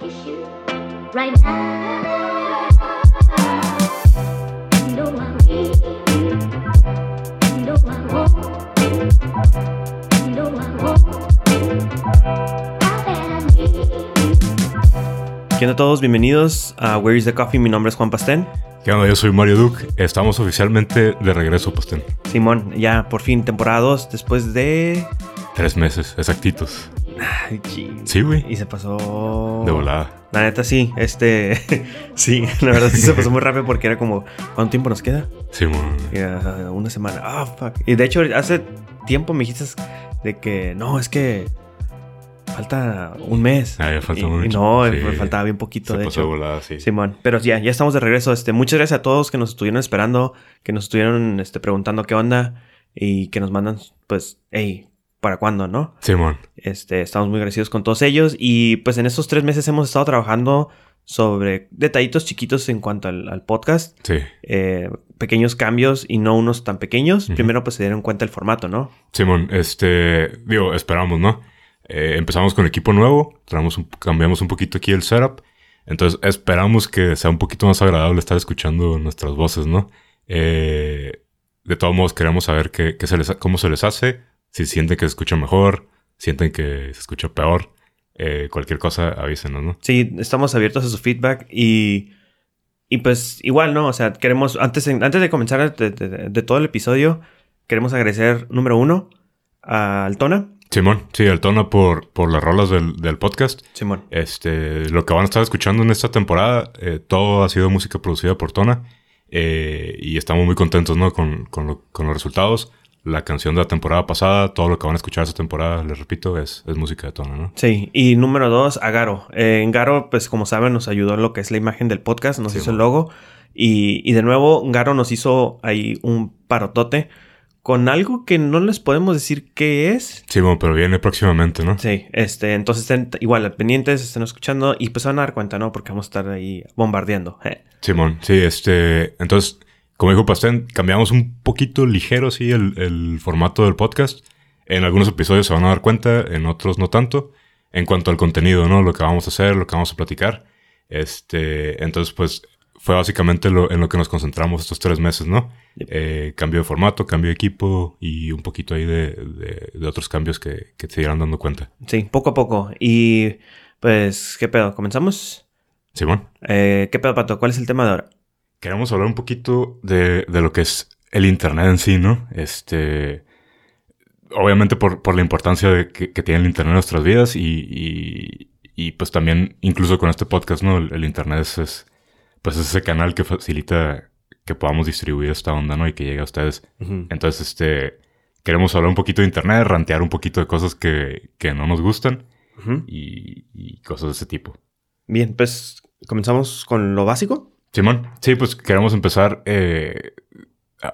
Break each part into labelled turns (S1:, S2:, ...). S1: issue right now. No, I will. No, I won't. No, I won't. I bet I need.
S2: ¿Qué onda a todos? Bienvenidos a Where is the Coffee. Mi nombre es Juan Pastén.
S3: ¿Qué onda? Yo soy Mario Duke. Estamos oficialmente de regreso, pues, Pastel.
S2: Simón, ya por fin temporada 2 después de...
S3: Tres meses, exactitos.
S2: Ay, ching.
S3: Sí, güey.
S2: Y se pasó...
S3: De volada.
S2: La neta sí, este... sí, la verdad sí se pasó muy rápido porque era como... ¿Cuánto tiempo nos queda?
S3: Sí, mon.
S2: Y, ah, una semana. Ah, fuck. Y de hecho hace tiempo me dijiste de que... No, es que... Falta un mes.
S3: Ah, ya falta
S2: Y- y
S3: mucho.
S2: no,
S3: Sí.
S2: me faltaba bien poquito,
S3: Se
S2: de
S3: pasó
S2: hecho.
S3: de volada, sí.
S2: Simón, pero ya, ya estamos de regreso. Este, muchas gracias a todos que nos estuvieron esperando, que nos estuvieron este, preguntando qué onda y que nos mandan, pues, hey, ¿para cuándo, no?
S3: Simón.
S2: Este, estamos muy agradecidos con todos ellos y pues en estos tres meses hemos estado trabajando sobre detallitos chiquitos en cuanto al, al podcast,
S3: Sí.
S2: eh, pequeños cambios y no unos tan pequeños.
S3: Ujú.
S2: Primero pues se dieron cuenta el formato, ¿no?
S3: Simón, este, digo, esperamos, ¿no? Eh, empezamos con equipo nuevo, traemos un- cambiamos un poquito aquí el setup, entonces esperamos que sea un poquito más agradable estar escuchando nuestras voces, ¿no? Eh, de todos modos, queremos saber qué, qué se les, ha- cómo se les hace, si sienten que se escucha mejor, sienten que se escucha peor, eh, cualquier cosa avísenos, ¿no?
S2: Sí, estamos abiertos a su feedback y, y pues igual, ¿no? O sea, queremos, antes, en- antes de comenzar de, de- de todo el episodio, queremos agradecer, número uno, a Altona.
S3: Simón, sí, el tono por, por las rolas del, del podcast.
S2: Simón.
S3: Este, lo que van a estar escuchando en esta temporada, eh, todo ha sido música producida por Tona. eh, y estamos muy contentos, ¿no? Con, con lo- con los resultados. La canción de la temporada pasada, todo lo que van a escuchar esta temporada, les repito, es, es música de Tona, ¿no?
S2: Sí, y número dos, a Garo. Eh, en Garo, pues como saben, nos ayudó en lo que es la imagen del podcast, nos
S3: Sí,
S2: hizo el
S3: bueno.
S2: logo. Y, y de nuevo, Garo nos hizo ahí un parotote con algo que no les podemos decir qué es,
S3: Sí, bueno, pero viene próximamente, ¿no?
S2: Sí, este, entonces estén t- igual al pendientes, estén escuchando y pues se van a dar cuenta, ¿no? Porque vamos a estar ahí bombardeando. eh.
S3: Simón, sí, este. Entonces, como dijo Pastén, cambiamos un poquito ligero, sí, el, el formato del podcast. En algunos episodios se van a dar cuenta, en otros no tanto. En cuanto al contenido, ¿no? Lo que vamos a hacer, lo que vamos a platicar. Este. Entonces, pues, fue básicamente lo, en lo que nos concentramos estos tres meses, ¿no?
S2: Yep.
S3: Eh, cambio de formato, cambio de equipo y un poquito ahí de, de- de otros cambios que, que se irán dando cuenta.
S2: Sí, poco a poco. Y pues, ¿qué pedo? ¿Comenzamos?
S3: Simón.
S2: Eh, ¿Qué pedo, Pato? ¿Cuál es el tema de ahora?
S3: Queremos hablar un poquito de, de lo que es el Internet en sí, ¿no? Este. Obviamente por, por la importancia de que, que tiene el Internet en nuestras vidas y, y, y, pues también, incluso con este podcast, ¿no? El, el Internet es, es, pues es ese canal que facilita que podamos distribuir esta onda, ¿no? Y que llegue a ustedes. Entonces, este. Queremos hablar un poquito de Internet, rantear un poquito de cosas que, que no nos gustan
S2: Ujú.
S3: y, y cosas de ese tipo.
S2: Bien, pues, ¿comenzamos con lo básico?
S3: Simón, sí, pues queremos empezar. eh,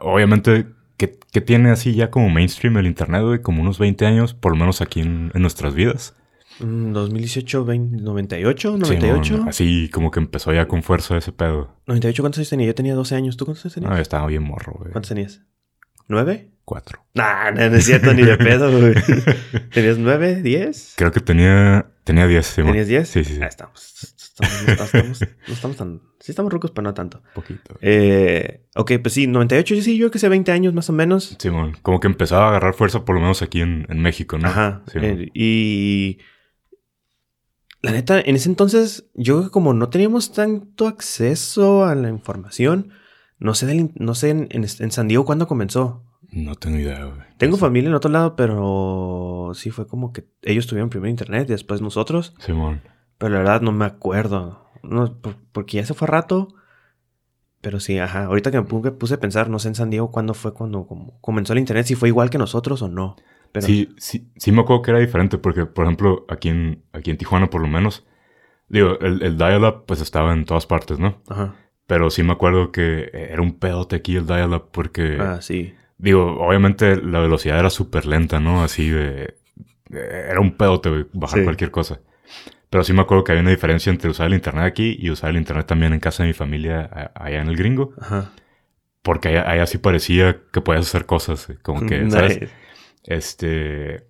S3: obviamente, que, que tiene así ya como mainstream el Internet, güey, como unos 20 años, por lo menos aquí en, en nuestras vidas.
S2: Mm, 2018, 20, 98,
S3: Simón, así como que empezó ya con fuerza ese pedo.
S2: 98, ¿cuántos años tenía? Yo tenía 12 años. ¿Tú cuántos años
S3: No, estaba bien morro, güey.
S2: ¿Cuántos tenías? ¿Nueve?
S3: Cuatro.
S2: Nah, no, no es cierto, ni de pedo, güey. ¿Tenías nueve, diez?
S3: Creo que tenía, tenía 10, Simón.
S2: ¿Tenías 10?
S3: Sí, sí, sí.
S2: Ahí estamos. Estamos- no estamos, no estamos tan. Sí, estamos rucos, pero no tanto.
S3: Poquito. güey.
S2: Eh, ok, pues sí, 98, sí, yo que sé, 20 años más o menos.
S3: Simón, como que empezaba a agarrar fuerza por lo menos aquí en, en México, ¿no?
S2: Ajá.
S3: Sí,
S2: eh, y. La neta, en ese entonces, yo creo que como no teníamos tanto acceso a la información, no sé, del in- no sé en, en- en San Diego cuándo comenzó.
S3: No tengo idea, güey.
S2: Tengo
S3: Sí,
S2: familia en otro lado, pero sí fue como que ellos tuvieron primero internet y después nosotros.
S3: Simón.
S2: Pero la verdad no me acuerdo. No, por- porque ya se fue rato. Pero sí, ajá. Ahorita que me pu- que puse a pensar, no sé en San Diego cuándo fue cuando como comenzó el internet, si fue igual que nosotros o no. Pero
S3: Sí, sí, sí me acuerdo que era diferente porque, por ejemplo, aquí en, aquí en Tijuana por lo menos, digo, el, el dial-up pues estaba en todas partes, ¿no?
S2: Ajá.
S3: Pero sí me acuerdo que eh, era un pedote aquí el dial-up porque,
S2: Ah, sí.
S3: digo, obviamente la velocidad era súper lenta, ¿no? Así de... eh, Era un pedote güey, bajar
S2: Sí.
S3: cualquier cosa. Pero sí me acuerdo que había una diferencia entre usar el internet aquí y usar el internet también en casa de mi familia a- allá en el gringo.
S2: Ajá.
S3: Porque allá, allá sí parecía que podías hacer cosas, eh, como que, ¿sabes?
S2: Nice.
S3: Este.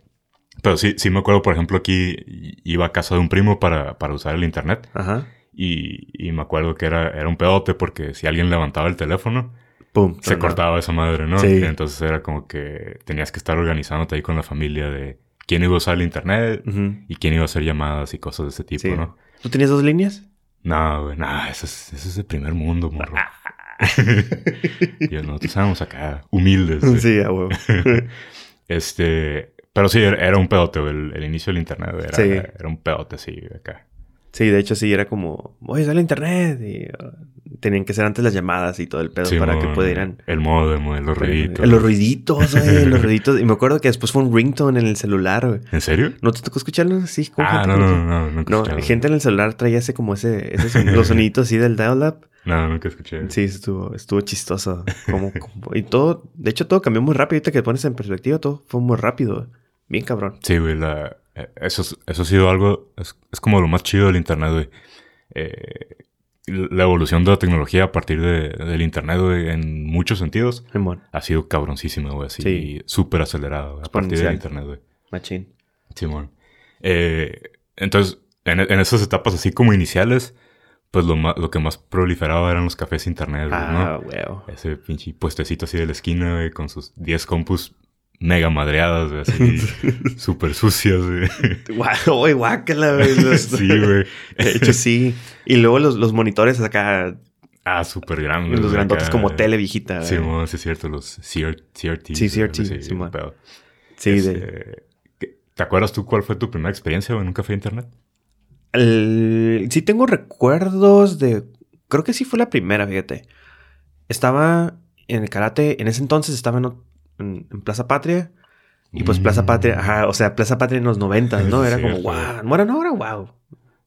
S3: Pero sí, sí me acuerdo, por ejemplo, aquí iba a casa de un primo para, para usar el internet.
S2: Ajá.
S3: Y, y me acuerdo que era, era un pedote porque si alguien levantaba el teléfono,
S2: Pum.
S3: se
S2: tronado.
S3: cortaba esa madre, ¿no?
S2: Sí.
S3: Entonces era como que tenías que estar organizándote ahí con la familia de quién iba a usar el internet
S2: Ujú.
S3: y quién iba a hacer llamadas y cosas de ese tipo,
S2: Sí.
S3: ¿no?
S2: ¿Tú tenías dos líneas?
S3: No, güey, no, eso es, eso es de primer mundo, morro. Yo, nosotros estábamos acá, humildes. güey.
S2: Sí, a huevo.
S3: Este, pero sí, era era un pedote, güey, el, el inicio del internet era,
S2: Sí.
S3: era un pedote, sí, acá.
S2: Sí, de hecho sí, era como, oye, sale internet. Y uh, tenían que ser antes las llamadas y todo el pedo
S3: Sí,
S2: para que
S3: mon,
S2: pudieran... eh,
S3: El modem, güey, los ruiditos.
S2: Los ruiditos, oye, los ruiditos. Y me acuerdo que después fue un ringtone en el celular, güey.
S3: ¿En serio?
S2: ¿No te tocó escucharlo? Sí, ¿cómo
S3: Ah,
S2: gente
S3: no,
S2: que
S3: no,
S2: lo-
S3: no, no, nunca
S2: No,
S3: escuché.
S2: gente en el celular traía ese como ese, ese son- los soniditos así del dial-up.
S3: No, nunca escuché.
S2: Sí, estuvo, estuvo chistoso. Como, como- y todo, de hecho, todo cambió muy rápido. Ahorita que pones en perspectiva, todo fue muy rápido. Bien cabrón.
S3: Sí, güey, la- eh, eso, es- eso ha sido algo, es, es como lo más chido del Internet, güey. Eh, la evolución de la tecnología a partir de- del Internet, güey, en muchos sentidos,
S2: Simón,
S3: ha sido cabroncísima, güey, así,
S2: Sí.
S3: súper acelerada, güey, a partir del
S2: Exponencial.
S3: Internet, güey.
S2: machín.
S3: Simón. Eh, entonces, en, en esas etapas así como iniciales, pues lo, ma- lo que más proliferaba eran los cafés Internet, güey, ¿no?
S2: Ah, huevo.
S3: Ese pinche puestecito así de la esquina, güey, con sus 10 compus mega madreadas, güey, así, súper sucias, güey.
S2: Guau, Oye, guácala, güey. Los-
S3: sí, güey.
S2: De hecho, sí. Y luego los, los monitores acá,
S3: Ah, súper
S2: los
S3: grandes. güey,
S2: grandotes
S3: acá.
S2: como tele viejita.
S3: Sí,
S2: güey.
S3: mo, sí, es cierto, los CR CRT.
S2: Sí, CRT,
S3: güey,
S2: sí, mo.
S3: pedo.
S2: Sí,
S3: Este,
S2: de-
S3: ¿qué- ¿Te acuerdas tú cuál fue tu primera experiencia güey, en un café de internet?
S2: El- Sí tengo recuerdos de... Creo que sí fue la primera, fíjate. Estaba en el karate, en ese entonces estaba en, o- en- en Plaza Patria. Y pues Plaza
S3: Mm.
S2: Patria, ajá, o sea, Plaza Patria en los 90, ¿no?
S3: Sí,
S2: Era
S3: es
S2: como,
S3: cierto.
S2: wow, bueno, no, era wow.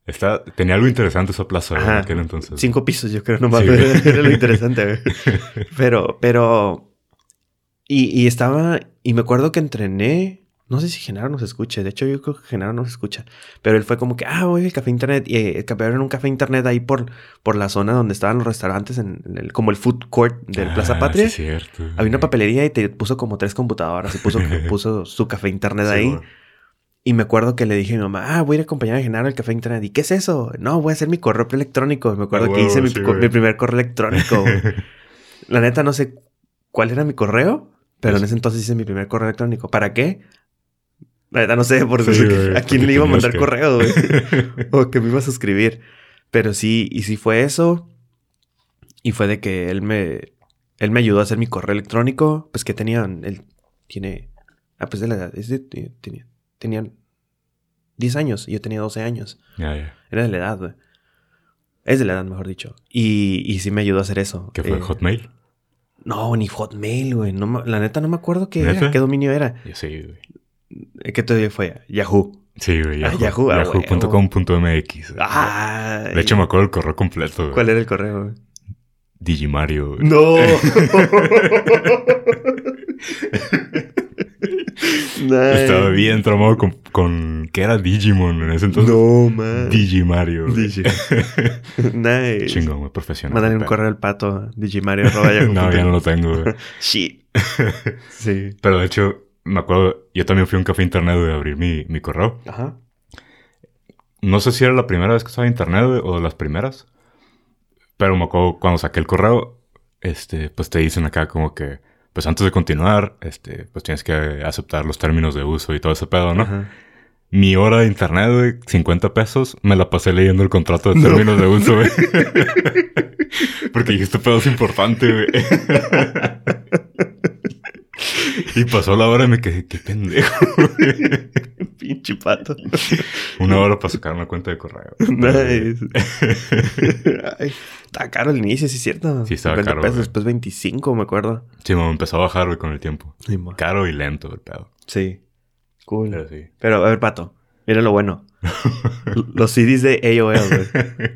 S3: Está, tenía algo interesante esa plaza güey, en
S2: Ajá.
S3: aquel entonces.
S2: Cinco pisos, yo creo, nomás.
S3: Sí, güey.
S2: era lo interesante, güey. Pero, pero... Y, y estaba... Y me acuerdo que entrené... No sé si Genaro nos escuche. De hecho, yo creo que Genaro nos escucha. Pero él fue como que, ah, voy al café internet. Y eh, cambiaron un café internet ahí por, por la zona donde estaban los restaurantes, en el- como el food court del Plaza
S3: Ah,
S2: Patria.
S3: Sí, es cierto.
S2: Había una papelería y te puso como tres computadoras. Y puso, puso su café internet
S3: Sí,
S2: ahí.
S3: mo.
S2: Y me acuerdo que le dije a mi mamá, ah, voy a ir a acompañar a Genaro al café internet. ¿Y qué es eso? No, voy a hacer mi correo electrónico. Me acuerdo
S3: Ah,
S2: que
S3: huevo,
S2: hice mi,
S3: sí,
S2: co-
S3: güey.
S2: mi primer correo electrónico. güey. La neta, no sé cuál era mi correo, pero en
S3: Pues-
S2: ese entonces hice mi primer correo electrónico. ¿Para qué? La neta, no sé por
S3: Sí, güey,
S2: a quién
S3: porque
S2: le iba a
S3: tenías
S2: mandar
S3: que-
S2: correo, güey. o que me iba a suscribir. Pero sí, y sí fue eso. Y fue de que él me, él me ayudó a hacer mi correo electrónico. Pues que tenían, él tiene, ah, pues de la edad, es de- te- tenía- tenían 10 años y yo tenía 12 años.
S3: Ya, ya.
S2: Era de la edad, güey. Es de la edad, mejor dicho. Y, y sí me ayudó a hacer eso.
S3: ¿Qué fue?
S2: Eh,
S3: ¿Hotmail?
S2: No, ni Hotmail, güey. No, me- la neta no me acuerdo qué
S3: ¿Neta?
S2: era, qué dominio era.
S3: Yo Sí, güey.
S2: Eh, ¿Qué te fue? Yahoo.
S3: Sí, güey.
S2: Ah,
S3: Yahoo.
S2: Yahoo, ah, huevo.
S3: Yahoo.com.mx.
S2: Ah,
S3: De hecho, me acuerdo el correo completo. güey.
S2: ¿cuál era el correo? güey?
S3: Digimario. güey.
S2: No. eh.
S3: Estaba bien tramado con, con que era Digimon en ese entonces.
S2: No, man.
S3: Digimario. güey.
S2: Digi. nice.
S3: Chingón, muy profesional.
S2: Mándale un
S3: Pero-
S2: correo al pato. Digimario. arroba yahoo punto
S3: No,
S2: com.
S3: ya no lo tengo. güey.
S2: Shit. Sí.
S3: Pero de hecho, me acuerdo, yo también fui a un café internet de abrir mi, mi correo.
S2: Ajá.
S3: No sé si era la primera vez que usaba internet güey, o de las primeras. Pero me acuerdo cuando saqué el correo, este, pues te dicen acá como que, pues antes de continuar, este, pues tienes que aceptar los términos de uso y todo ese pedo, ¿no?
S2: Ajá.
S3: Mi hora de internet, güey, 50 pesos, me la pasé leyendo el contrato de términos de uso, güey. Porque dije, este pedo es importante, güey. y pasó la hora y me quedé, qué pendejo.
S2: Pinche pato.
S3: Una hora para sacar una cuenta de correo.
S2: Nice. Ay, estaba caro el inicio, sí es cierto.
S3: Sí, estaba
S2: 50
S3: caro,
S2: pesos,
S3: güey.
S2: después 25, me acuerdo.
S3: Sí, me empezó a bajar, güey, con el tiempo.
S2: Sí, mo.
S3: Caro y lento el pedo.
S2: Sí. Cool.
S3: Pero sí.
S2: Pero, a ver, Pato, mira lo bueno. Los CDs de AOL, güey.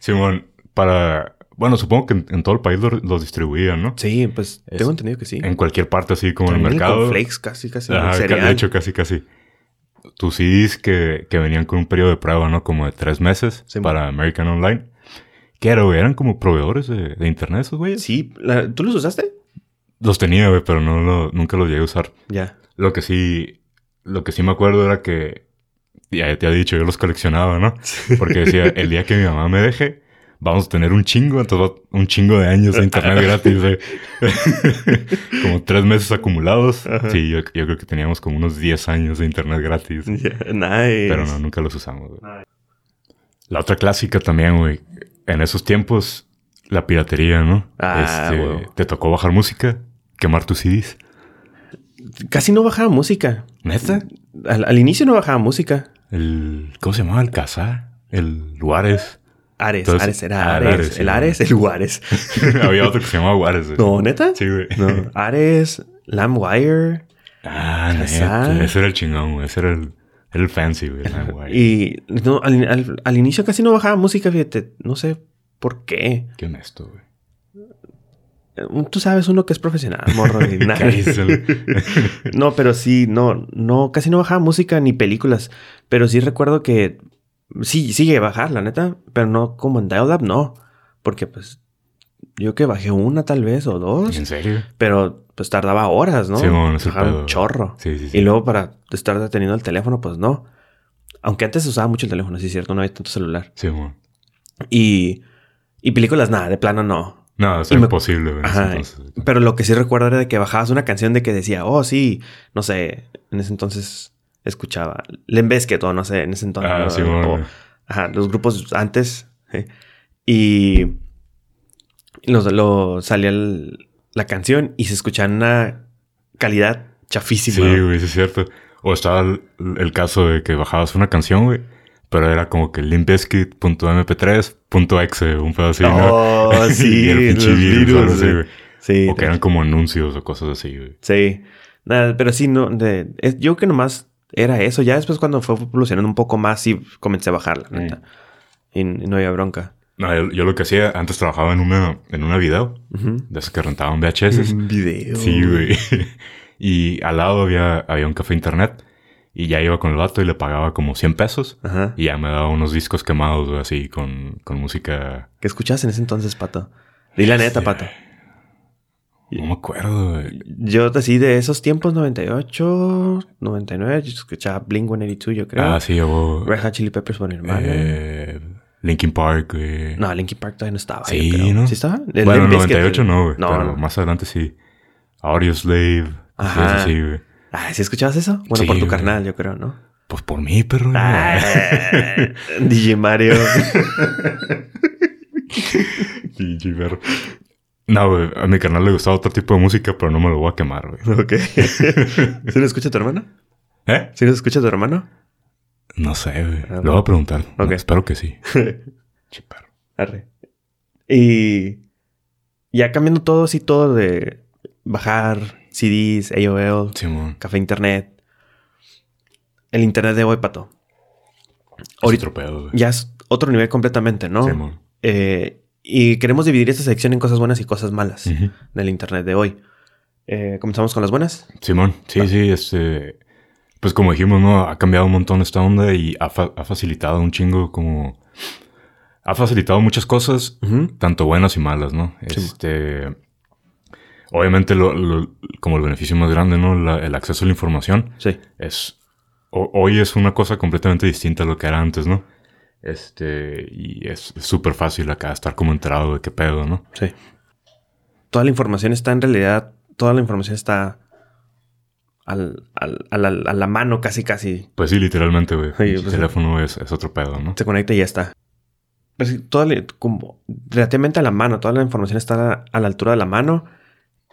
S3: Simón, para... Bueno, supongo que en, en todo el país lo- los distribuían, ¿no?
S2: Sí, pues
S3: Es-
S2: tengo entendido que sí.
S3: En cualquier parte, así como en el
S2: También
S3: mercado.
S2: Cornflakes, casi, casi.
S3: Ajá,
S2: el
S3: ca-
S2: cereal.
S3: de hecho, casi, casi. Tus CDs que, que venían con un periodo de prueba, ¿no? Como de tres meses
S2: Sí,
S3: para American Online. ¿Qué era, güey? ¿Eran como proveedores de, de internet esos güeyes?
S2: Sí, la- ¿tú los usaste?
S3: Los tenía, güey, pero no, lo- nunca los llegué a usar.
S2: Ya.
S3: Lo que sí... lo que sí me acuerdo era que, ya te he dicho, yo los coleccionaba, ¿no? Porque decía, el día que mi mamá me deje, vamos a tener un chingo, entonces va- un chingo de años de internet gratis, ¿eh? como tres meses acumulados.
S2: Ajá.
S3: Sí, yo, yo creo que teníamos como unos 10 años de internet gratis.
S2: Yeah, nice.
S3: Pero no, nunca los usamos, güey. La otra clásica también, güey. En esos tiempos, la piratería, ¿no?
S2: Ah,
S3: Este,
S2: güey.
S3: Te tocó bajar música, quemar tus CDs.
S2: Casi no bajaba música.
S3: ¿Neta?
S2: Al, al inicio no bajaba música.
S3: El, ¿Cómo se llamaba? El Cazar. El Juárez.
S2: Ares,
S3: Entonces-
S2: Ares era
S3: Ah, el
S2: Ares.
S3: Ares, sí,
S2: el
S3: no.
S2: Ares, el Juárez.
S3: Había otro que se llamaba Juárez, güey.
S2: No, neta.
S3: Sí, güey.
S2: No, Ares, Lamwire
S3: Ah,
S2: Cazar.
S3: neta. Ese era el chingón, güey. Ese era el, era el fancy, güey. Ah, güey.
S2: Y no, al, al- al inicio casi no bajaba música, fíjate. No sé por qué.
S3: Qué honesto, güey.
S2: Eh, Tú sabes uno que es profesional, morro. y nada.
S3: Caísel.
S2: No, pero sí, no, no, casi no bajaba música ni películas. Pero sí recuerdo que sí, sigue a bajar, la neta. Pero no como en Dial Up, no. Porque pues yo que bajé una tal vez o dos.
S3: ¿En serio?
S2: Pero pues tardaba horas, ¿no?
S3: Sí, bueno, es el
S2: Bajaba
S3: pedo.
S2: un chorro.
S3: Sí, sí, sí.
S2: Y luego para estar deteniendo el teléfono, pues no. Aunque antes se usaba mucho el teléfono, sí es cierto, no había tanto celular.
S3: Sí, güey.
S2: Y, y películas, nada, de plano no.
S3: No, es
S2: Y me-
S3: imposible, güey. en ese
S2: Ajá.
S3: Pues entonces.
S2: Pero lo que sí recuerdo era de que bajabas una canción de que decía, oh, sí, no sé, en ese entonces escuchaba Lembesket o no sé, en ese entonces.
S3: Ah,
S2: ¿no?
S3: sí,
S2: O-
S3: güey.
S2: ajá, los grupos antes. ¿eh? Y los, lo, salía el- la canción y se escuchaba en una calidad chafísima.
S3: Sí, güey, sí es cierto. O estaba el, el caso de que bajabas una canción, güey, pero era como que limpeskit.mp3.exe, un pedo así, ¿no?
S2: Oh, sí,
S3: Y
S2: los
S3: el pinche virus,
S2: virus,
S3: algo así,
S2: eh.
S3: güey.
S2: Sí,
S3: O que eran como anuncios o cosas así, güey.
S2: Sí. Nada, pero sí, no, de- es- yo que nomás era eso. Ya después cuando fue evolucionando un poco más, sí comencé a bajarla,
S3: Mm.
S2: neta. Y, n- y no había bronca.
S3: No, yo, yo lo que hacía, antes trabajaba en una, en una video, de esas que rentaban VHS.
S2: video.
S3: Sí, güey. Y al lado había, había un café internet y ya iba con el vato y le pagaba como 100 pesos.
S2: Ajá.
S3: Y ya me daba unos discos quemados, güey, así, con, con música...
S2: ¿Qué escuchabas en ese entonces, Pato? Di la neta, Pato.
S3: No me acuerdo, güey.
S2: Yo así de esos tiempos, 98, 99, yo escuchaba Blink-182, yo creo.
S3: Ah, sí, yo...
S2: Red Hot Chili Peppers por mi hermano.
S3: Eh, Linkin Park, güey.
S2: No, Linkin Park todavía no estaba. yo
S3: Sí,
S2: creo.
S3: ¿no?
S2: ¿Sí estaba? El
S3: bueno, en
S2: Limp Bizkit,
S3: 98 no, güey.
S2: No,
S3: pero
S2: no.
S3: más adelante sí. Audio Slave.
S2: Ajá.
S3: Ajá. Sí, güey.
S2: Ah, ¿sí escuchabas eso? Bueno,
S3: Sí,
S2: por tu
S3: güey.
S2: carnal, yo creo, ¿no?
S3: Pues por mí, perro.
S2: Ah, DJ Mario.
S3: Pinche perro. No, güey. A mi canal le gustaba otro tipo de música, pero no me lo voy a quemar, güey.
S2: ok. ¿Sí lo escucha tu hermano?
S3: ¿Eh?
S2: ¿Sí lo escucha tu hermano?
S3: No sé, güey.
S2: Ah,
S3: Lo voy a preguntar. No,
S2: Ok.
S3: espero que sí. Pinche perro.
S2: Arre. Y ya cambiando todo, sí, todo de bajar CDs, AOL,
S3: Simón.
S2: café internet. El internet de hoy, pato.
S3: Ahorita.
S2: Ahorita
S3: Otro pedo, güey.
S2: ya es otro nivel completamente, ¿no?
S3: Simón.
S2: Eh, y queremos dividir esta sección en cosas buenas y cosas malas
S3: Ujú.
S2: del internet de hoy. Eh, ¿Comenzamos con las buenas?
S3: Simón,
S2: Ah.
S3: sí, sí, este. Pues como dijimos, ¿no? Ha cambiado un montón esta onda y ha, fa- ha facilitado un chingo como. Ha facilitado muchas cosas, tanto buenas y malas, ¿no?
S2: Sí.
S3: Este. Obviamente, lo- lo- como el beneficio más grande, ¿no? La- el acceso a la información
S2: Sí.
S3: es. ho- hoy es una cosa completamente distinta a lo que era antes, ¿no? Este. Y es súper fácil acá estar como enterado de qué pedo, ¿no?
S2: Sí. Toda la información está en realidad, toda la información está al- al- a, la, a la mano casi casi.
S3: Pues sí, literalmente, güey.
S2: Sí,
S3: el
S2: pues sí.
S3: teléfono es, es otro pedo, ¿no?
S2: Se conecta y ya está. Pues sí, toda la- como relativamente a la mano, toda la información está a la, a la altura de la mano.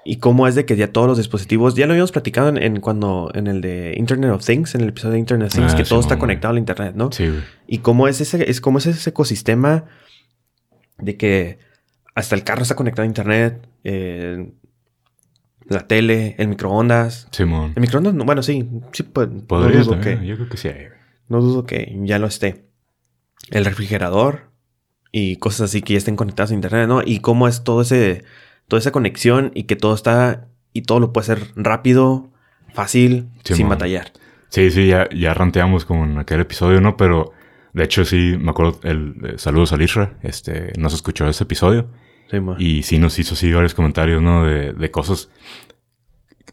S2: Y cómo es de que ya todos los dispositivos, ya lo habíamos platicado en, en cuando, en el de Internet of Things, en el episodio de Internet of Things,
S3: Ah,
S2: que
S3: sí,
S2: todo está
S3: mamá.
S2: conectado al Internet, ¿no?
S3: Sí, güey.
S2: Y cómo es ese, es cómo es ese ecosistema de que hasta el carro está conectado a internet, eh, la tele, el microondas.
S3: Simón.
S2: El microondas, no, bueno, sí, sí pues, no
S3: Podría
S2: dudo
S3: también,
S2: Em, que,
S3: Yo creo que sí hay. güey.
S2: no dudo que ya lo esté. El refrigerador y cosas así que ya estén conectadas a internet, ¿no? Y cómo es todo ese, toda esa conexión y que todo está y todo lo puede ser rápido, fácil,
S3: Sí,
S2: sin
S3: mon.
S2: batallar.
S3: Sí, sí, ya, ya ranteamos como en aquel episodio, ¿no? Pero de hecho sí, me acuerdo, el eh, saludos a Lishra, este, nos escuchó ese episodio
S2: Sí, mon.
S3: y sí nos hizo así varios comentarios, ¿no? De, de cosas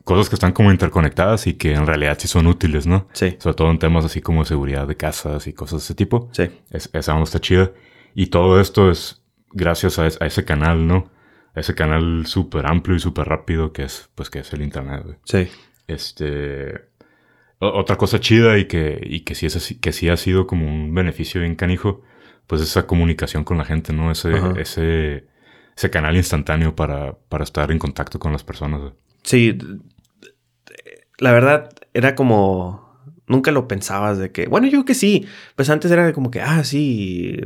S3: cosas que están como interconectadas y que en realidad sí son útiles, ¿no?
S2: Sí,
S3: Sobre todo en temas así como seguridad de casas y cosas de ese tipo.
S2: sí.
S3: Es- esa onda está chida. Y todo esto es gracias a, es- a ese canal, ¿no? A ese canal súper amplio y súper rápido que es, pues, que es el internet, güey.
S2: Sí.
S3: Este. o- Otra cosa chida y que, y que sí es así- que sí ha sido como un beneficio bien canijo, pues esa comunicación con la gente, ¿no? Ese,
S2: Ajá.
S3: ese, ese canal instantáneo para, para estar en contacto con las personas. güey.
S2: Sí. d- d- La verdad, era como. Nunca lo pensabas de que. Bueno, yo creo que sí. Pues antes era como que, ah, sí.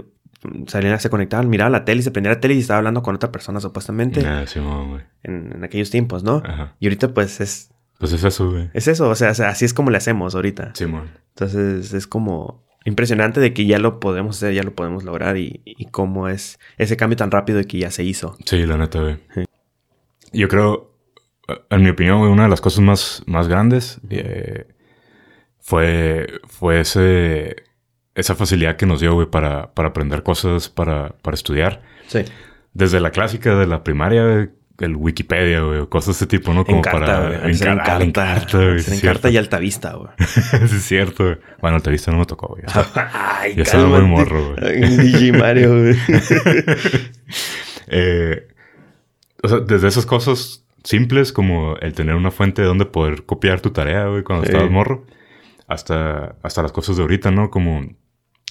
S2: Salían, se conectaban, miraba la tele, se prendía la tele y estaba hablando con otra persona, supuestamente.
S3: Ah, Simón, güey.
S2: En, en aquellos tiempos, ¿no?
S3: Ajá.
S2: Y ahorita, pues, es,
S3: Pues es eso, güey.
S2: es eso. O sea, o sea, así es como le hacemos ahorita.
S3: Simón.
S2: Entonces, es como impresionante de que ya lo podemos hacer, ya lo podemos lograr y, y cómo es ese cambio tan rápido y que ya se hizo.
S3: Sí, la neta, güey. Yo creo, eh, en mi opinión, güey, una de las cosas más, más grandes eh, fue, fue ese, esa facilidad que nos dio, güey, para, para aprender cosas, para, para estudiar.
S2: Sí.
S3: Desde la clásica de la primaria, güey, el Wikipedia, güey, o cosas de ese tipo, ¿no?
S2: En
S3: para...
S2: carta, güey.
S3: encar- ah,
S2: En
S3: Encarta, güey,
S2: carta.
S3: sí,
S2: En
S3: es cierto.
S2: carta y alta vista, güey.
S3: Sí, es cierto, güey. Bueno, el vista no me tocó, güey.
S2: Ay,
S3: Ya estaba muy
S2: cálmate.
S3: morro, güey.
S2: Ay, DJ Mario, güey.
S3: Eh, o sea, desde esas cosas simples como el tener una fuente de donde poder copiar tu tarea, güey, cuando
S2: Sí.
S3: estabas morro, hasta, hasta las cosas de ahorita, ¿no? Como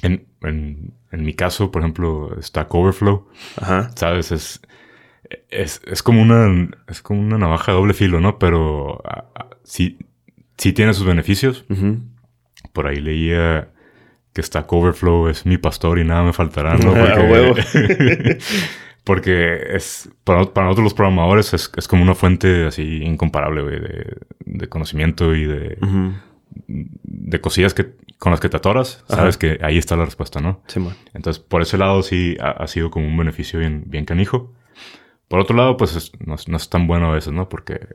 S3: en, en- en mi caso, por ejemplo, Stack Overflow,
S2: Ajá.
S3: ¿sabes? Es, es, es como una, es como una navaja de doble filo, ¿no? Pero a- a- sí, sí tiene sus beneficios.
S2: Ujú.
S3: Por ahí leía que Stack Overflow es mi pastor y nada me faltará, ¿no?
S2: Ah, huevo.
S3: porque es, para, para nosotros los programadores es, es como una fuente así incomparable, güey, de, de conocimiento y de,
S2: Ujú.
S3: de cosillas que, con las que te atoras.
S2: Ajá.
S3: Sabes que ahí está la respuesta, ¿no?
S2: Simón.
S3: Entonces, por ese lado sí ha, ha sido como un beneficio bien, bien canijo. Por otro lado, pues es- no, es, no es tan bueno a veces, ¿no? Porque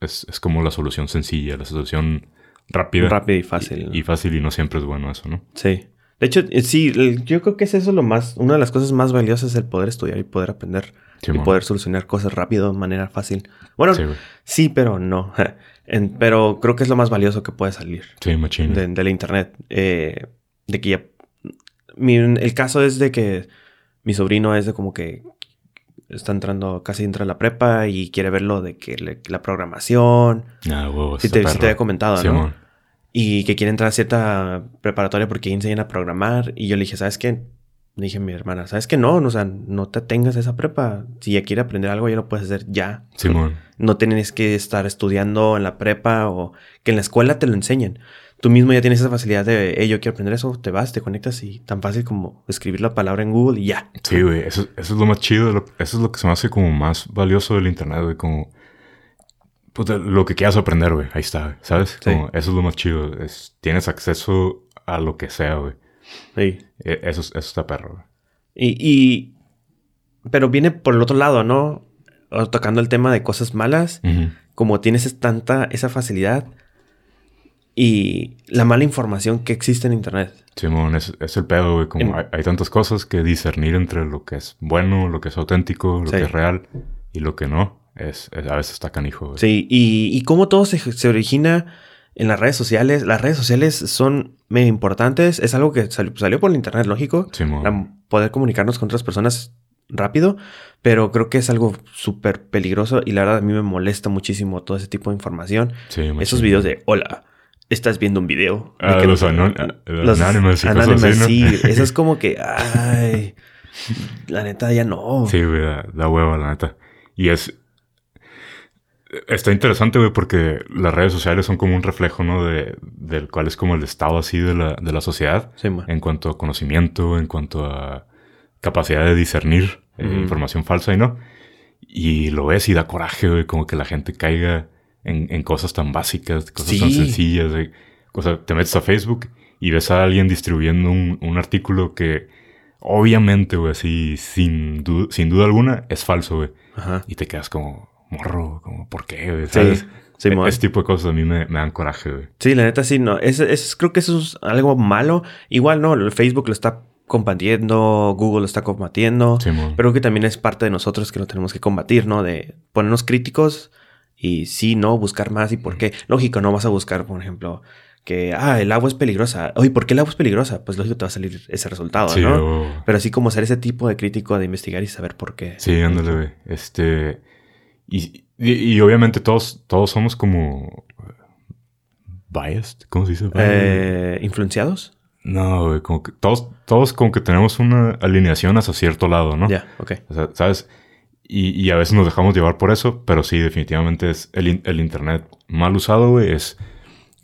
S3: es, es como la solución sencilla, la solución rápida.
S2: Rápido y fácil.
S3: Y, y fácil y no siempre es bueno eso, ¿no?
S2: Sí. De hecho, eh, sí, el- yo creo que es eso lo más, una de las cosas más valiosas es el poder estudiar y poder aprender y
S3: Simón.
S2: poder solucionar cosas rápido, de manera fácil. Bueno,
S3: Sí,
S2: sí,
S3: güey.
S2: pero no. En- pero creo que es lo más valioso que puede salir
S3: Sí, machín.
S2: de, del internet. eh, de que ya. mi- el caso es de que mi sobrino es de como que está entrando, casi entra a la prepa y quiere ver lo de que le- la programación.
S3: Ah, huevo,
S2: Si
S3: está
S2: te, sí
S3: perro.
S2: te había comentado, ¿no?
S3: Simón.
S2: y que quiere entrar a cierta preparatoria porque ahí enseñan a programar. Y yo le dije, ¿sabes qué? Le dije a mi hermana, ¿sabes qué? No, no, o sea, no te tengas esa prepa. Si ya quiere aprender algo, ya lo puedes hacer ya.
S3: Simón.
S2: No tienes que estar estudiando en la prepa o que en la escuela te lo enseñen. Tú mismo ya tienes esa facilidad de, hey, yo quiero aprender eso, te vas, te conectas y tan fácil como escribir la palabra en Google y ya.
S3: Sí, güey. Eso, eso es lo más chido. lo- eso es lo que se me hace como más valioso del internet, güey. Como... puta, lo que quieras aprender, güey. Ahí está, güey, ¿sabes?
S2: Sí.
S3: Como, eso es lo más chido. es- tienes acceso a lo que sea, güey.
S2: Sí.
S3: E- Eso, es- eso está perro, güey.
S2: Y, y- Pero viene por el otro lado, ¿no? O Tocando el tema de cosas malas.
S3: Ujú.
S2: como tienes es tanta esa facilidad y la mala información que existe en internet.
S3: Simón, es, es el pedo, güey. Como
S2: Em-
S3: hay, hay tantas cosas que discernir entre lo que es bueno, lo que es auténtico, lo
S2: Sí.
S3: que es real y lo que no. Es, es- a veces está canijo, güey.
S2: Sí, y, y cómo todo se, se origina en las redes sociales. Las redes sociales son medio importantes. Es algo que sal- salió por el internet, lógico.
S3: Simón.
S2: la- poder comunicarnos con otras personas rápido, pero creo que es algo súper peligroso y la verdad a mí me molesta muchísimo todo ese tipo de información.
S3: Sí,
S2: Esos
S3: machín.
S2: videos de, hola, estás viendo un video. de
S3: Ah,
S2: que-
S3: los anon- ah, los anonymous y cosas
S2: anonymous,
S3: así, ¿no?
S2: sí. Eso es como que, ay, la neta ya no.
S3: Sí, güey, da, da hueva, la neta. Y es. Está interesante, güey, porque las redes sociales son como un reflejo, ¿no? De, del cual es como el estado así de la, de la sociedad
S2: Sí, ma.
S3: en cuanto a conocimiento, en cuanto a capacidad de discernir eh,
S2: Ujú.
S3: información falsa y no. Y lo ves y da coraje, güey, como que la gente caiga en, en cosas tan básicas, cosas tan
S2: Sí.
S3: sencillas. güey. O sea, te metes a Facebook y ves a alguien distribuyendo un, un artículo que obviamente, güey, así sin, du- sin duda alguna es falso, güey.
S2: Ajá.
S3: Y te quedas como morro, como ¿por qué, güey? ¿Sabes?
S2: Sí, sí, ma.
S3: Este tipo de cosas a mí me, me dan coraje, güey.
S2: Sí, la neta sí, no. Es, es- creo que eso es algo malo. Igual no, el Facebook lo está combatiendo, Google lo está combatiendo.
S3: Simón.
S2: Pero creo que también es parte de nosotros que lo tenemos que combatir, ¿no? De ponernos críticos Y sí, no, buscar más y por qué. Lógico, no vas a buscar, por ejemplo, que, ah, el agua es peligrosa. Oye, ¿por qué el agua es peligrosa? Pues lógico te va a salir ese resultado,
S3: Sí,
S2: ¿no?
S3: o-
S2: Pero así como ser ese tipo de crítico de investigar y saber por qué.
S3: Sí, ándale, güey. Este. Y, y, y obviamente todos, todos somos como. Biased. ¿Cómo se dice? Biased?
S2: Eh, ¿Influenciados?
S3: No, güey. Como que todos, todos como que tenemos una alineación hacia cierto lado, ¿no?
S2: Ya, ok.
S3: O sea, ¿sabes? Y, y a veces nos dejamos llevar por eso, pero sí, definitivamente es el, in- el internet mal usado, güey, es,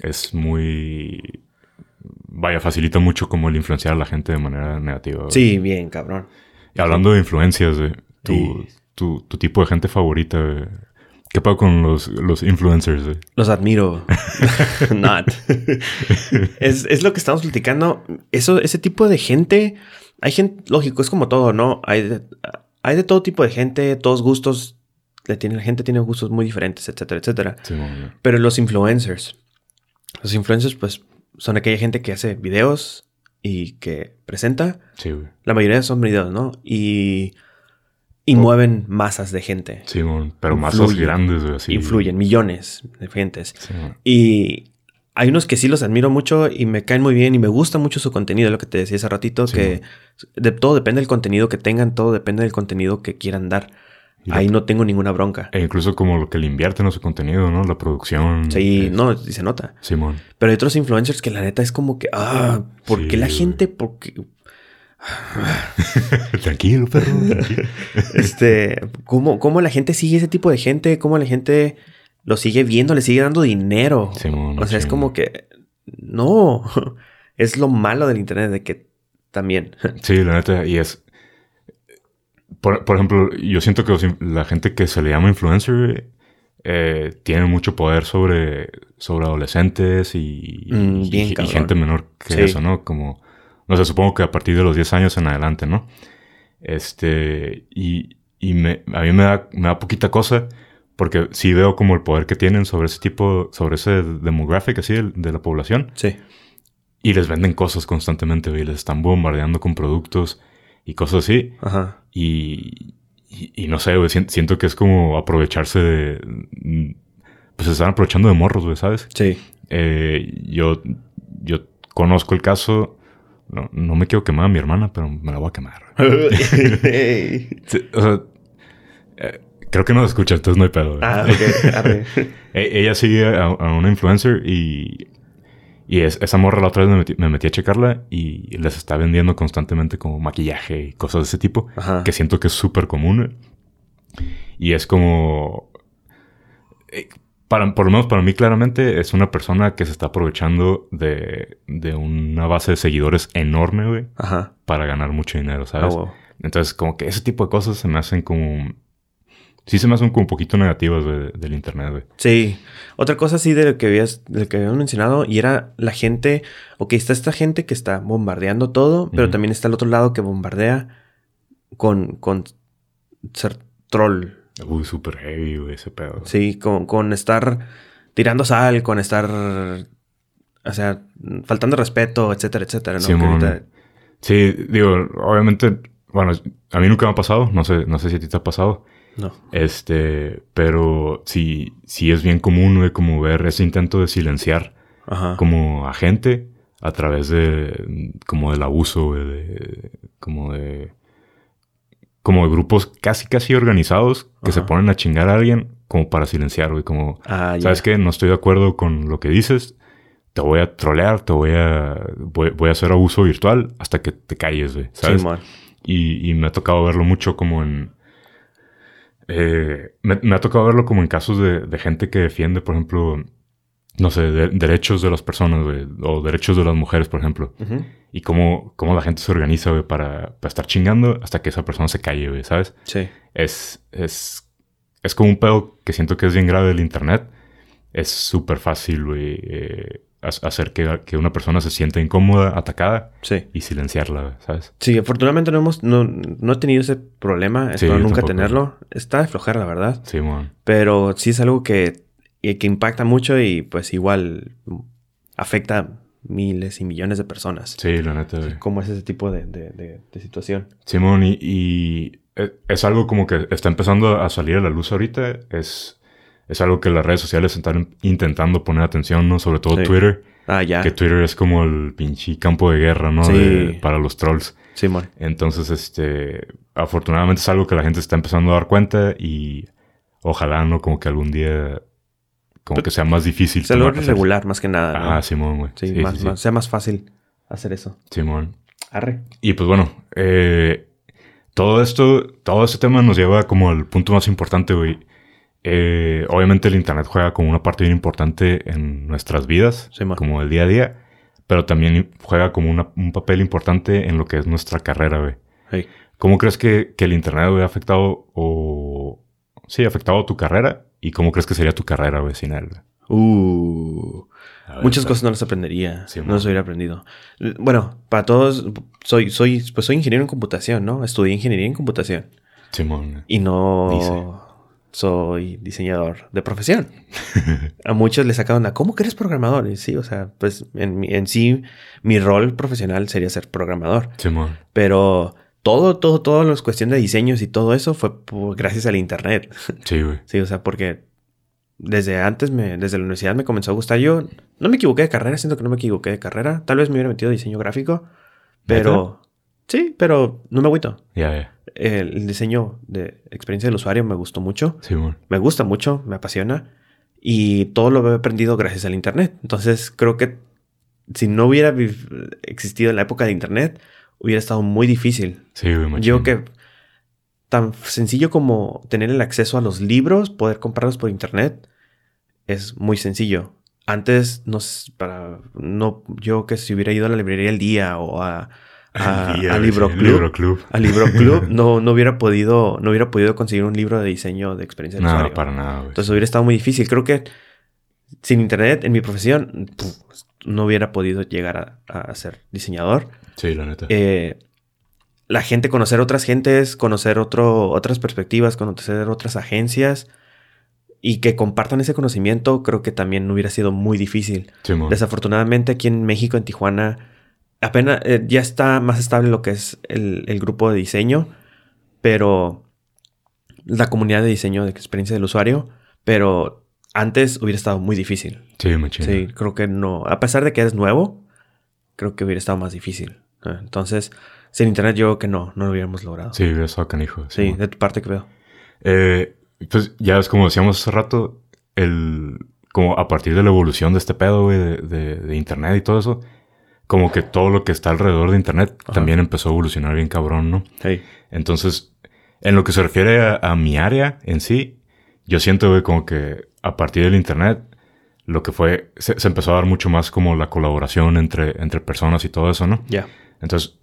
S3: es muy. Vaya, facilita mucho como el influenciar a la gente de manera negativa. güey.
S2: Sí, bien, cabrón.
S3: Y hablando de influencias, güey, tu,
S2: Sí.
S3: tu, tu tipo de gente favorita, güey. ¿Qué pasa con los, los influencers, eh? güey?
S2: Los admiro. Not. es, es lo que estamos platicando. Eso, ese tipo de gente. Hay gente, lógico, es como todo, ¿no? Hay de, hay de todo tipo de gente, todos gustos. Le tiene, la gente tiene gustos muy diferentes, etcétera, etcétera.
S3: Sí, mamá.
S2: Pero los influencers. Los influencers, pues, son aquella gente que hace videos y que presenta.
S3: Sí, güey.
S2: La mayoría son videos, ¿no? Y, y mueven masas de gente.
S3: Sí, mamá. Pero masas
S2: Influyen.
S3: grandes, güey, así.
S2: Influyen millones de gentes.
S3: Sí, mamá.
S2: Y hay unos que sí los admiro mucho y me caen muy bien y me gusta mucho su contenido, lo que te decía hace ratito,
S3: Sí.
S2: que de, todo depende del contenido que tengan, todo depende del contenido que quieran dar.
S3: Y la-
S2: Ahí no tengo ninguna bronca.
S3: E incluso como lo que le invierten a su contenido, ¿no? La producción.
S2: Sí,
S3: es-
S2: no, sí se nota.
S3: Simón.
S2: Pero hay otros influencers que la neta es como que, ah, ¿por
S3: Sí,
S2: qué la
S3: güey.
S2: gente? ¿Por qué?
S3: tranquilo, perro. tranquilo.
S2: Este, ¿cómo, ¿cómo la gente sigue ese tipo de gente? ¿Cómo la gente lo sigue viendo? ¿Le sigue dando dinero?
S3: Simón,
S2: o sea, es
S3: sí.
S2: como que, no, es lo malo del Internet, de que también.
S3: Sí, la neta, y es. Por, por ejemplo, yo siento que los in- la gente que se le llama influencer güey, eh, tiene mucho poder sobre, sobre adolescentes y, y-
S2: Mm, bien
S3: y- y
S2: cabrón.
S3: gente menor que
S2: Sí.
S3: eso, ¿no? Como, no sé, supongo que a partir de los 10 años en adelante, ¿no? Este, y, y me, a mí me da, me da poquita cosa porque sí veo como el poder que tienen sobre ese tipo, sobre ese demographic así de, de la población.
S2: Sí.
S3: Y les venden cosas constantemente, güey. Les están bombardeando con productos y cosas así.
S2: Ajá.
S3: Y, y, y no sé, güey. sien- Siento que es como aprovecharse de. Pues se están aprovechando de morros, güey, ¿sabes?
S2: Sí.
S3: Eh, yo, yo conozco el caso. No, no me quiero quemar a mi hermana, pero me la voy a quemar.
S2: Ah,
S3: Sí, O sea, eh, creo que no la escucha, entonces no hay pedo. güey.
S2: ah, ok. arre.
S3: E- Ella sigue a, a una influencer y, y es- esa morra la otra vez me metí, me metí a checarla y les está vendiendo constantemente como maquillaje y cosas de ese tipo,
S2: Ajá.
S3: que siento que es súper común. Y es como... eh, Para, por lo menos para mí claramente es una persona que se está aprovechando de, de una base de seguidores enorme, güey,
S2: Ajá.
S3: para ganar mucho dinero,
S2: Ah,
S3: ¿sabes?
S2: wow.
S3: Entonces como que ese tipo de cosas se me hacen como... Sí se me hacen como un poquito negativas güey, del internet, güey.
S2: Sí. Otra cosa así de lo que habías, de lo que habíamos mencionado, y era la gente, ok, está esta gente que está bombardeando todo, pero
S3: Ujú.
S2: también está el otro lado que bombardea con, con ser troll.
S3: Uy, súper heavy, güey, ese pedo.
S2: Sí, con, con estar tirando sal, con estar, o sea, faltando respeto, etcétera, etcétera, ¿no? Que
S3: Simón.
S2: ahorita-
S3: Sí, digo, obviamente, bueno, a mí nunca me ha pasado, no sé, no sé si a ti te ha pasado.
S2: no.
S3: Este, pero sí, sí es bien común, güey, como ver ese intento de silenciar
S2: Ajá.
S3: como a gente a través de, como del abuso, güey, de, como de, como de grupos casi, casi organizados que se
S2: Ajá.
S3: ponen a chingar a alguien como para silenciar, güey, como,
S2: Ah, ya.
S3: ¿Sabes qué? No estoy de acuerdo con lo que dices. Te voy a trolear, te voy a. Voy, voy a hacer abuso virtual hasta que te calles, güey. ¿Sabes?
S2: Simón.
S3: y, y me ha tocado verlo mucho como en. eh, me, me ha tocado verlo como en casos de, de gente que defiende, por ejemplo, no sé, de- derechos de las personas, güey, o derechos de las mujeres, por ejemplo.
S2: Ujú.
S3: Y cómo, cómo la gente se organiza, güey, para, para estar chingando hasta que esa persona se calle, güey, ¿sabes?
S2: Sí.
S3: es, es, es como un pedo que siento que es bien grave del internet. Es súper fácil, güey, eh, ha- hacer que, que una persona se sienta incómoda, atacada
S2: Sí.
S3: y silenciarla, güey, ¿sabes?
S2: Sí, afortunadamente no hemos, no, no he tenido ese problema,
S3: Sí,
S2: espero
S3: yo
S2: nunca
S3: tampoco.
S2: tenerlo. Está de flojera, la verdad.
S3: Sí, man.
S2: Pero sí es algo que, y que impacta mucho y pues igual mm, afecta a miles y millones de personas.
S3: Sí, la neta, güey.
S2: ¿Cómo es ese tipo de, de- de- de situación?
S3: Simón, y, y e- es algo como que está empezando a salir a la luz ahorita. Es es algo que las redes sociales están intentando poner atención, ¿no? Sobre todo
S2: Sí.
S3: Twitter,
S2: Ah, ya.
S3: que Twitter es como el pinche campo de guerra, ¿no?
S2: Sí.
S3: De- para los trolls.
S2: Simón.
S3: Entonces, este, afortunadamente es algo que la gente está empezando a dar cuenta y ojalá, ¿no? Como que algún día, como
S2: Pero-
S3: que sea más difícil.
S2: Es algo
S3: tomar esas-
S2: regular, más que nada. ¿no?
S3: Ah, Simón, güey.
S2: Sí, más, más- sea más fácil hacer eso.
S3: Simón.
S2: Arre.
S3: Y pues bueno, eh, todo esto, todo este tema nos lleva como al punto más importante, güey. Eh, obviamente el Internet juega como una parte bien importante en nuestras vidas,
S2: Sí, ma.
S3: como el día a día, pero también juega como una- un papel importante en lo que es nuestra carrera, güey.
S2: Hey.
S3: ¿Cómo crees que, que el Internet güey, ha afectado o... Sí, ha afectado tu carrera y cómo crees que sería tu carrera, güey, sin él? güey?
S2: Uh.
S3: A ver,
S2: Muchas
S3: pa-
S2: cosas no las aprendería.
S3: Sí,
S2: no
S3: mo.
S2: las hubiera aprendido. L- Bueno, para todos, soy, soy, pues soy ingeniero en computación, ¿no? Estudié ingeniería en computación.
S3: Simón, güey.
S2: Y no
S3: Dice.
S2: soy diseñador de profesión. A muchos les saca onda, ¿cómo que eres programador? Y sí, o sea, pues en, mi- en sí, mi rol profesional sería ser programador.
S3: Simón.
S2: Pero todo, todo, todo las cuestión de diseños y todo eso fue por- gracias al internet.
S3: Sí, güey.
S2: Sí, o sea, porque desde antes, me, desde la universidad me comenzó a gustar. Yo no me equivoqué de carrera, siento que no me equivoqué de carrera. Tal vez me hubiera metido a diseño gráfico, pero sí, pero no me agüito.
S3: Ya, ya.
S2: El, el diseño de experiencia del usuario me gustó mucho,
S3: Simón.
S2: me gusta mucho, me apasiona y todo lo he aprendido gracias al Internet. Entonces creo que si no hubiera viv- existido en la época de Internet, hubiera estado muy difícil
S3: Sí, güey. machín.
S2: yo que tan sencillo como tener el acceso a los libros, poder comprarlos por internet, es muy sencillo. Antes, no sé, para, no, yo que si hubiera ido a la librería el día o a, a-
S3: Ya,
S2: a
S3: güey,
S2: ah, Libro
S3: sí,
S2: Club,
S3: Libro Club.
S2: a Libro Club, no, no hubiera podido, no hubiera podido conseguir un libro de diseño de experiencia del
S3: No,
S2: usuario.
S3: para nada, güey.
S2: Entonces hubiera estado muy difícil. Creo que sin internet, en mi profesión, puf, no hubiera podido llegar a- a ser diseñador
S3: Sí, la neta.
S2: eh, la gente, conocer otras gentes, conocer otro, otras perspectivas, conocer otras agencias y que compartan ese conocimiento, creo que también hubiera sido muy difícil.
S3: Simón.
S2: Desafortunadamente aquí en México, en Tijuana, apenas eh, ya está más estable lo que es el, el grupo de diseño, pero la comunidad de diseño de experiencia del usuario, pero antes hubiera estado muy difícil.
S3: Sí, machín.
S2: Sí, creo que no. A pesar de que eres nuevo, creo que hubiera estado más difícil. ¿no? Entonces, sin internet yo creo que no, no lo hubiéramos logrado.
S3: Sí, eso canijo.
S2: Sí,
S3: Simón.
S2: de tu parte que veo.
S3: Eh, pues ya es como decíamos hace rato, el, como a partir de la evolución de este pedo, güey, de, de- de Internet y todo eso, como que todo lo que está alrededor de Internet
S2: Ajá.
S3: también empezó a evolucionar bien cabrón, ¿no?
S2: Hey.
S3: Entonces, en lo que se refiere a, a mi área en sí, yo siento, güey, como que a partir del Internet, lo que fue, se, se empezó a dar mucho más como la colaboración entre, entre personas y todo eso, ¿no?
S2: Ya.
S3: Entonces,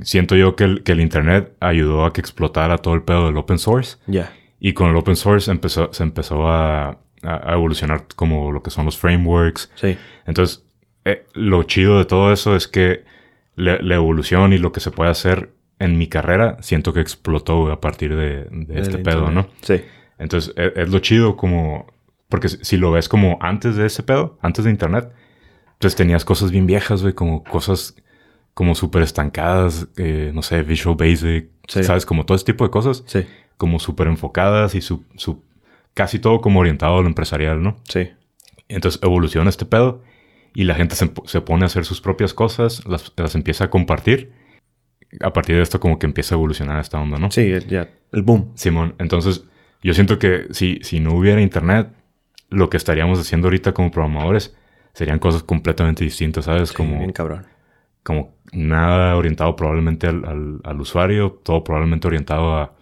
S3: siento yo que el, que el Internet ayudó a que explotara todo el pedo del open source.
S2: Ya.
S3: Y con el open source empezó, se empezó a, a- a evolucionar como lo que son los frameworks.
S2: Sí.
S3: Entonces, eh, lo chido de todo eso es que la, la evolución y lo que se puede hacer en mi carrera, siento que explotó güey, a partir de, de este
S2: Del
S3: pedo,
S2: internet.
S3: ¿no?
S2: Sí.
S3: Entonces, e- es, lo chido como... Porque si, si lo ves como antes de ese pedo, antes de internet, entonces tenías cosas bien viejas, güey, como cosas como súper estancadas, eh, no sé, Visual Basic,
S2: Sí.
S3: ¿sabes? Como todo ese tipo de cosas
S2: Sí.
S3: como súper enfocadas y su, su- casi todo como orientado a lo empresarial, ¿no?
S2: Sí.
S3: Entonces evoluciona este pedo y la gente se, se pone a hacer sus propias cosas, las, las empieza a compartir. A partir de esto como que empieza a evolucionar esta onda, ¿no?
S2: Sí, el- ya. El boom.
S3: Simón, entonces yo siento que si, si no hubiera internet, lo que estaríamos haciendo ahorita como programadores serían cosas completamente distintas, ¿sabes?
S2: Sí,
S3: como,
S2: bien cabrón.
S3: como nada orientado probablemente al, al- al usuario, todo probablemente orientado a,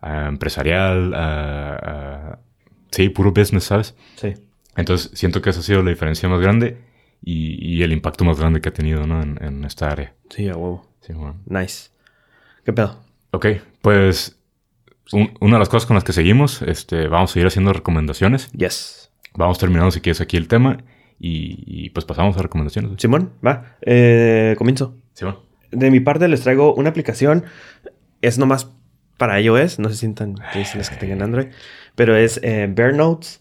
S3: a empresarial, a, a- Sí, puro business, ¿sabes?
S2: Sí.
S3: Entonces siento que esa ha sido la diferencia más grande y, y el impacto más grande que ha tenido ¿no? en, en esta área.
S2: Sí, a huevo.
S3: Sí, bueno.
S2: Nice. ¿Qué pedo?
S3: Ok, pues un- una de las cosas con las que seguimos, este, vamos a seguir haciendo recomendaciones.
S2: Yes.
S3: Vamos terminando si quieres aquí el tema y, y, pues pasamos a recomendaciones.
S2: Simón, va. Eh, comienzo.
S3: Sí, bueno.
S2: De mi parte les traigo una aplicación. Es nomás para iOS. No se sientan tristes los que tengan Android. Pero es eh, Bear Notes.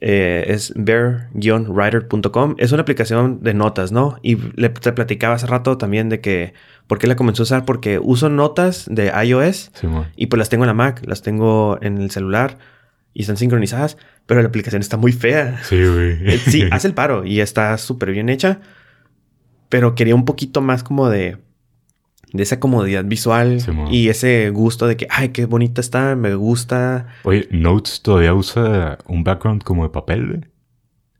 S2: eh, es bear-writer.com. Es una aplicación de notas, ¿no? Y le, te platicaba hace rato también de que... ¿Por qué la comencé a usar? Porque uso notas de iOS.
S3: Sí, bueno.
S2: Y pues las tengo en la Mac. Las tengo en el celular. y están sincronizadas, pero la aplicación está muy fea.
S3: Sí, güey.
S2: Eh, Sí, hace el paro y está súper bien hecha, pero quería un poquito más como de, de esa comodidad visual
S3: Simón.
S2: y ese gusto de que, ay, qué bonita está, me gusta.
S3: Oye, Notes todavía usa un background como de papel, güey.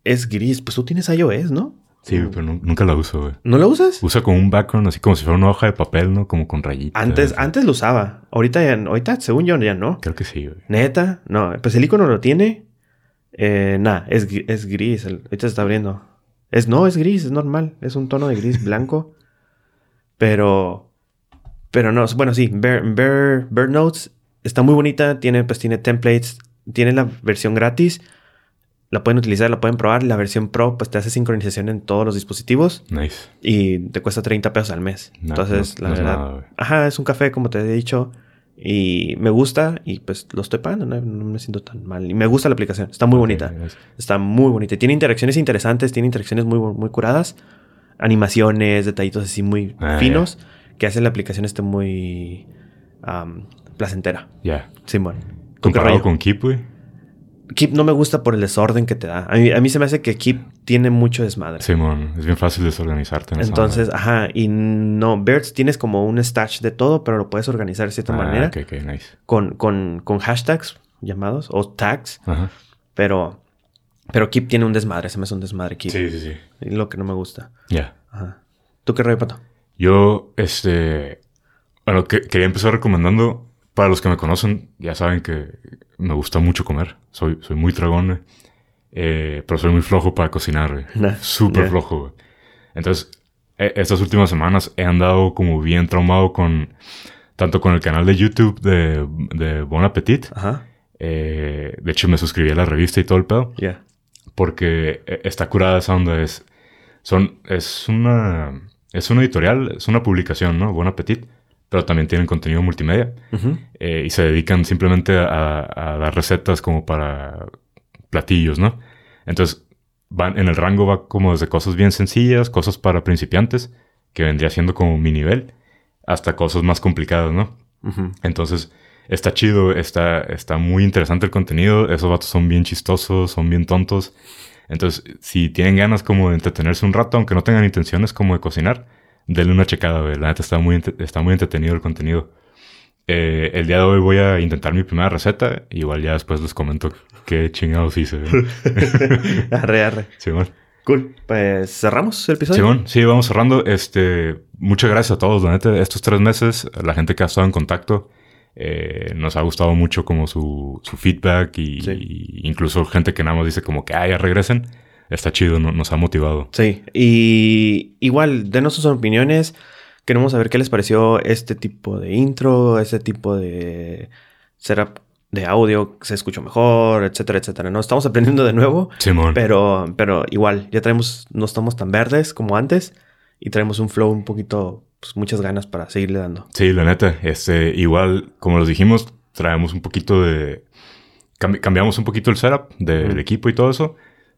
S2: Es gris, pues tú tienes iOS, ¿no?
S3: Sí, güey, pero nu- nunca la uso, güey.
S2: ¿No lo usas?
S3: Usa como un background así como si fuera una hoja de papel, ¿no? Como con rayitas.
S2: Antes, antes lo usaba. Ahorita, ya, ahorita, según yo, ya no.
S3: Creo que sí, güey.
S2: Neta, no. Pues el icono lo tiene. Eh, Nada, es, gri- es gris. el- ahorita se está abriendo. Es, no, es gris, es normal. Es un tono de gris blanco. Pero. Pero no, bueno, sí. Bear, Bear- Bear Notes está muy bonita. Tiene, pues tiene templates. Tiene la versión gratis. La pueden utilizar, la pueden probar. La versión pro, pues te hace sincronización en todos los dispositivos.
S3: Nice.
S2: Y te cuesta 30 pesos al mes.
S3: No,
S2: Entonces,
S3: no-
S2: la
S3: no es
S2: verdad.
S3: nada, güey.
S2: Ajá, es un café, como te he dicho. Y me gusta y pues lo estoy pagando, no, no me siento tan mal. Y me gusta la aplicación, está muy
S3: Ok,
S2: bonita.
S3: nice.
S2: Está muy bonita. Y Tiene interacciones interesantes, tiene interacciones muy, bu- muy curadas. Animaciones, detallitos así muy
S3: Ah,
S2: finos que hacen la aplicación esté muy am, placentera.
S3: Ya.
S2: Simón. ¿Tú qué
S3: Comparado
S2: rollo?
S3: con Keep, güey.
S2: Keep no me gusta por el desorden que te da. A mí, a mí se me hace que Keep tiene mucho desmadre.
S3: Simón, es bien fácil desorganizarte. en esa
S2: Entonces,
S3: onda.
S2: ajá, y no, Birds tienes como un stash de todo, pero lo puedes organizar de cierta
S3: Ah,
S2: manera.
S3: Ok, ok, nice.
S2: con, con, con hashtags llamados o tags,
S3: Ajá.
S2: pero, pero Keep tiene un desmadre, se me hace un desmadre Keep.
S3: Sí, sí, sí.
S2: Y Lo que no me gusta.
S3: Ya.
S2: Ajá. ¿Tú qué rollo, Pato?
S3: Yo, este. Bueno, que- quería empezar recomendando. Para los que me conocen, ya saben que me gusta mucho comer. Soy, soy muy tragón, güey. Eh, pero soy muy flojo para cocinar, güey.
S2: Nah,
S3: Súper
S2: ya.
S3: flojo, güey. Entonces, e- estas últimas semanas he andado como bien traumado con. Tanto con el canal de YouTube de, de Bon Appetit.
S2: Ajá.
S3: Eh, de hecho, me suscribí a la revista y todo el pedo
S2: Ya.
S3: porque eh, está curada esa onda. Es, son, es, una, es una editorial, es una publicación, ¿no? Buen Appetit, pero también tienen contenido multimedia
S2: Ujú.
S3: eh, y se dedican simplemente a, a dar recetas como para platillos, ¿no? Entonces, van, en el rango va como desde cosas bien sencillas, cosas para principiantes, que vendría siendo como mi nivel, hasta cosas más complicadas, ¿no?
S2: Ujú.
S3: Entonces, está chido, está, está muy interesante el contenido. Esos vatos son bien chistosos, son bien tontos. Entonces, si tienen ganas como de entretenerse un rato, aunque no tengan intenciones como de cocinar, denle una checada, güey. La neta está muy, ente- está muy entretenido el contenido. Eh, el día de hoy voy a intentar mi primera receta. Igual ya después les comento qué chingados hice. güey.
S2: arre, arre.
S3: Simón.
S2: Cool. Pues cerramos el episodio.
S3: Simón, sí, vamos cerrando. Este, muchas gracias a todos, la neta, estos tres meses, la gente que ha estado en contacto, eh, nos ha gustado mucho como su, su feedback y,
S2: Sí.
S3: y incluso gente que nada más dice como que, ah, ya regresen. Está chido, no- nos ha motivado.
S2: Sí, y igual, denos sus opiniones. Queremos saber qué les pareció este tipo de intro, este tipo de setup de audio, se escuchó mejor, etcétera, etcétera. No estamos aprendiendo de nuevo.
S3: Simón,
S2: Pero, pero igual, ya traemos, no estamos tan verdes como antes y traemos un flow un poquito, pues muchas ganas para seguirle dando.
S3: sí, la neta, este, igual, como los dijimos, traemos un poquito de... cambi- cambiamos un poquito el setup del
S2: Ujú.
S3: equipo y todo eso.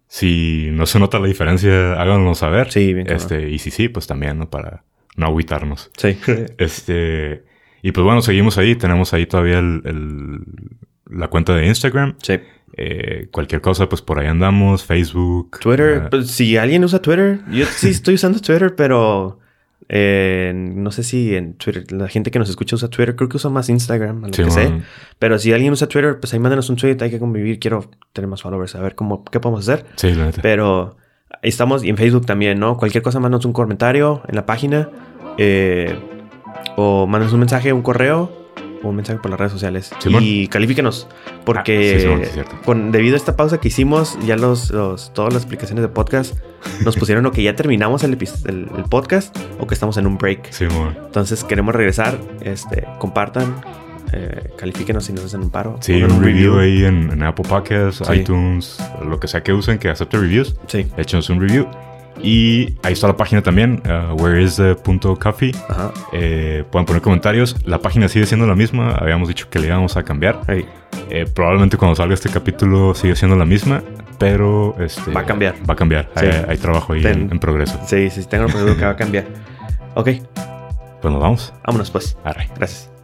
S3: Si no se nota la diferencia, háganos saber.
S2: Sí, bien. cabrón.
S3: este, y si sí, pues también, ¿no? Para no agüitarnos.
S2: Sí.
S3: Este. Y pues bueno, seguimos ahí. Tenemos ahí todavía el- el- la cuenta de Instagram.
S2: sí.
S3: Eh, cualquier cosa, pues por ahí andamos. Facebook.
S2: Twitter,
S3: eh,
S2: pues, si alguien usa Twitter, yo sí estoy usando Twitter, pero eh, no sé si en Twitter, la gente que nos escucha usa Twitter, creo que usa más Instagram, a lo
S3: sí,
S2: que sé.
S3: bueno,
S2: Pero si alguien usa Twitter, pues ahí mándanos un tweet, hay que convivir, quiero tener más followers, a ver cómo, qué podemos hacer.
S3: sí, la neta.
S2: Pero estamos y en Facebook también, ¿no? Cualquier cosa, mándanos un comentario en la página. eh, o mándanos un mensaje, un correo. O un mensaje por las redes sociales.
S3: Simón.
S2: Y califíquenos. Porque
S3: Ah, sí, Simón, sí, cierto.
S2: con, debido a esta pausa que hicimos, ya los, los- todas las aplicaciones de podcast nos pusieron o que ya terminamos el, epi- el- el podcast o que estamos en un break.
S3: Sí, bueno.
S2: Entonces queremos regresar. Este, compartan. eh, califíquenos si nos hacen un paro.
S3: Sí,
S2: pongan
S3: un review ahí en, en Apple Podcasts,
S2: Sí.
S3: iTunes, lo que sea que usen, que acepte reviews.
S2: Sí.
S3: Échenos un review. Y ahí está la página también, uh, whereis.coffee.
S2: Ajá.
S3: Eh, pueden poner comentarios. La página sigue siendo la misma. Habíamos dicho que le íbamos a cambiar.
S2: Ahí.
S3: Eh, probablemente cuando salga este capítulo sigue siendo la misma, pero este,
S2: Va a cambiar.
S3: Va a cambiar.
S2: Sí.
S3: Hay, hay trabajo ahí
S2: Ten-
S3: en, en progreso.
S2: Sí, sí, tengo la que va a cambiar. Ok,
S3: Pues nos vamos.
S2: vámonos pues.
S3: Arre.
S2: Gracias.